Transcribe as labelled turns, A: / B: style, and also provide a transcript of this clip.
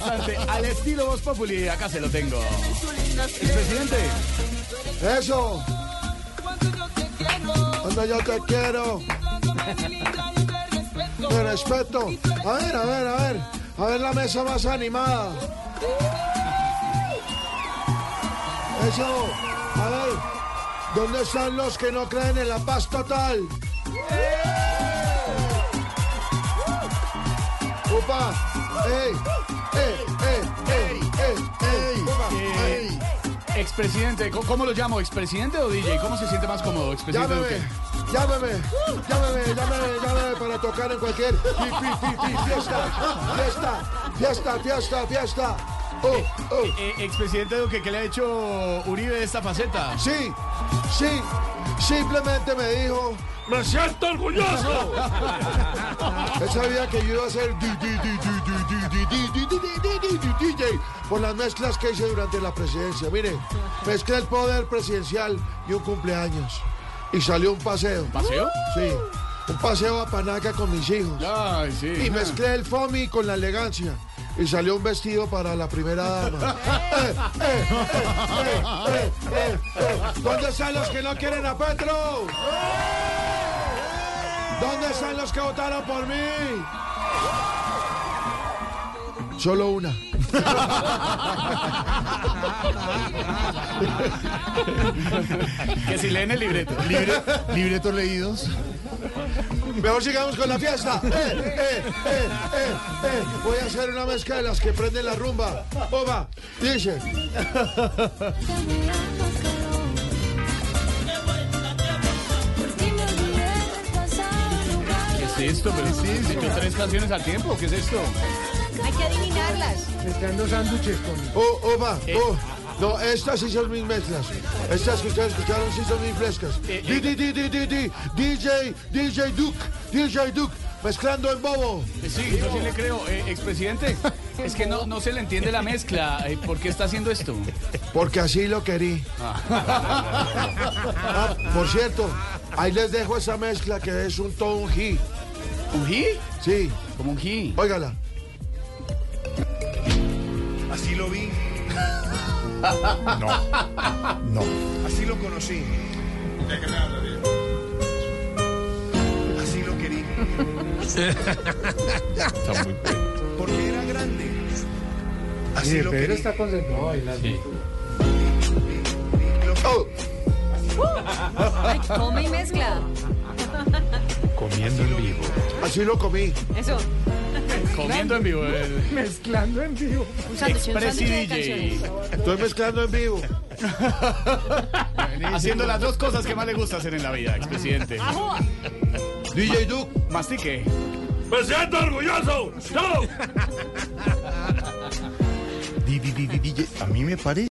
A: presidente, al estilo Voz Populi, acá se lo tengo. El presidente.
B: Eso. Cuando yo te quiero. Te respeto. A ver, a ver, a ver. A ver la mesa más animada. Eso. A ver. ¿Dónde están los que no creen en la paz total? ¡Upa! ¡Ey! ¡Ey! ¡Ey! ¡Ey! ¡Ey! ¡Ey! ¡Upa!
A: Eh,
B: ¡Ey!
A: Expresidente, ¿cómo- ¿cómo lo llamo? ¿Expresidente o DJ? ¿Cómo se siente más cómodo, expresidente
B: Llámeme,
A: Duque?
B: llámeme, llámeme, llámeme, llámeme para tocar en cualquier fi- fi- fi- fi- fiesta, fiesta, fiesta, fiesta, fiesta. Oh, oh.
A: Eh, expresidente Duque, ¿qué le ha hecho Uribe de esta faceta?
B: Sí, sí, simplemente me dijo,
C: ¡Me siento orgulloso!
B: él sabía que yo iba a ser di- di- di- di- di- di- di- di- di- di- di- di- di- di- DJ por las mezclas que hice durante la presidencia. Mire, mezclé el poder presidencial y un cumpleaños. Y salió un paseo.
A: ¿Paseo?
B: Sí, un paseo a Panaca con mis hijos.
A: Ay, sí.
B: Y mezclé el foamy con la elegancia. Y salió un vestido para la primera dama. Eh, eh, eh, eh, eh, eh. ¿Dónde están los que no quieren a Petro? ¿Dónde están los que votaron por mí? Solo una.
A: Que si leen el libreto.
D: Libretos leídos.
B: Mejor sigamos con la fiesta. Eh, eh, eh, eh, eh. Voy a hacer una mezcla de las que prenden la rumba. Oba, dice.
A: ¿Qué es esto? ¿Pero sí, ¿Has hecho tres canciones al tiempo? ¿Qué es esto?
E: Hay que adivinarlas.
B: Oh, oh, va,
A: Eh.
B: oh. No, estas sí son mis mezclas. Estas que ustedes escucharon sí son mis frescas.
A: Eh, eh.
B: Di, di, di, di, di, di, DJ, DJ Duke, DJ Duke, mezclando el bobo.
A: Eh, Sí, yo sí le creo. Eh, expresidente, es que no, no se le entiende la mezcla. Eh, ¿Por qué está haciendo esto?
B: Porque así lo querí. Ah, por cierto, ahí les dejo esa mezcla que es un ton G.
A: ¿Un ji?
B: Sí,
A: Como un ji.
B: óigala.
C: Así lo vi,
D: No.
C: así lo conocí. Así lo querí. Porque era grande. Así lo querí.
B: Oh,
E: Come y mezcla.
F: Comiendo en vivo.
B: así lo comí.
E: Eso.
A: Comiendo en vivo. eh,
E: Un sándwich, un
A: Presi
E: sándwich de
A: DJ.
E: canciones.
B: Estoy mezclando en vivo.
A: Haciendo las dos cosas que más le gusta hacer en la vida, expresidente.
E: Oh,
B: DJ Duke,
A: Mastique.
C: ¡Me siento orgulloso! ¡Yo!
D: Di, di, di, di, di, A mí me parece.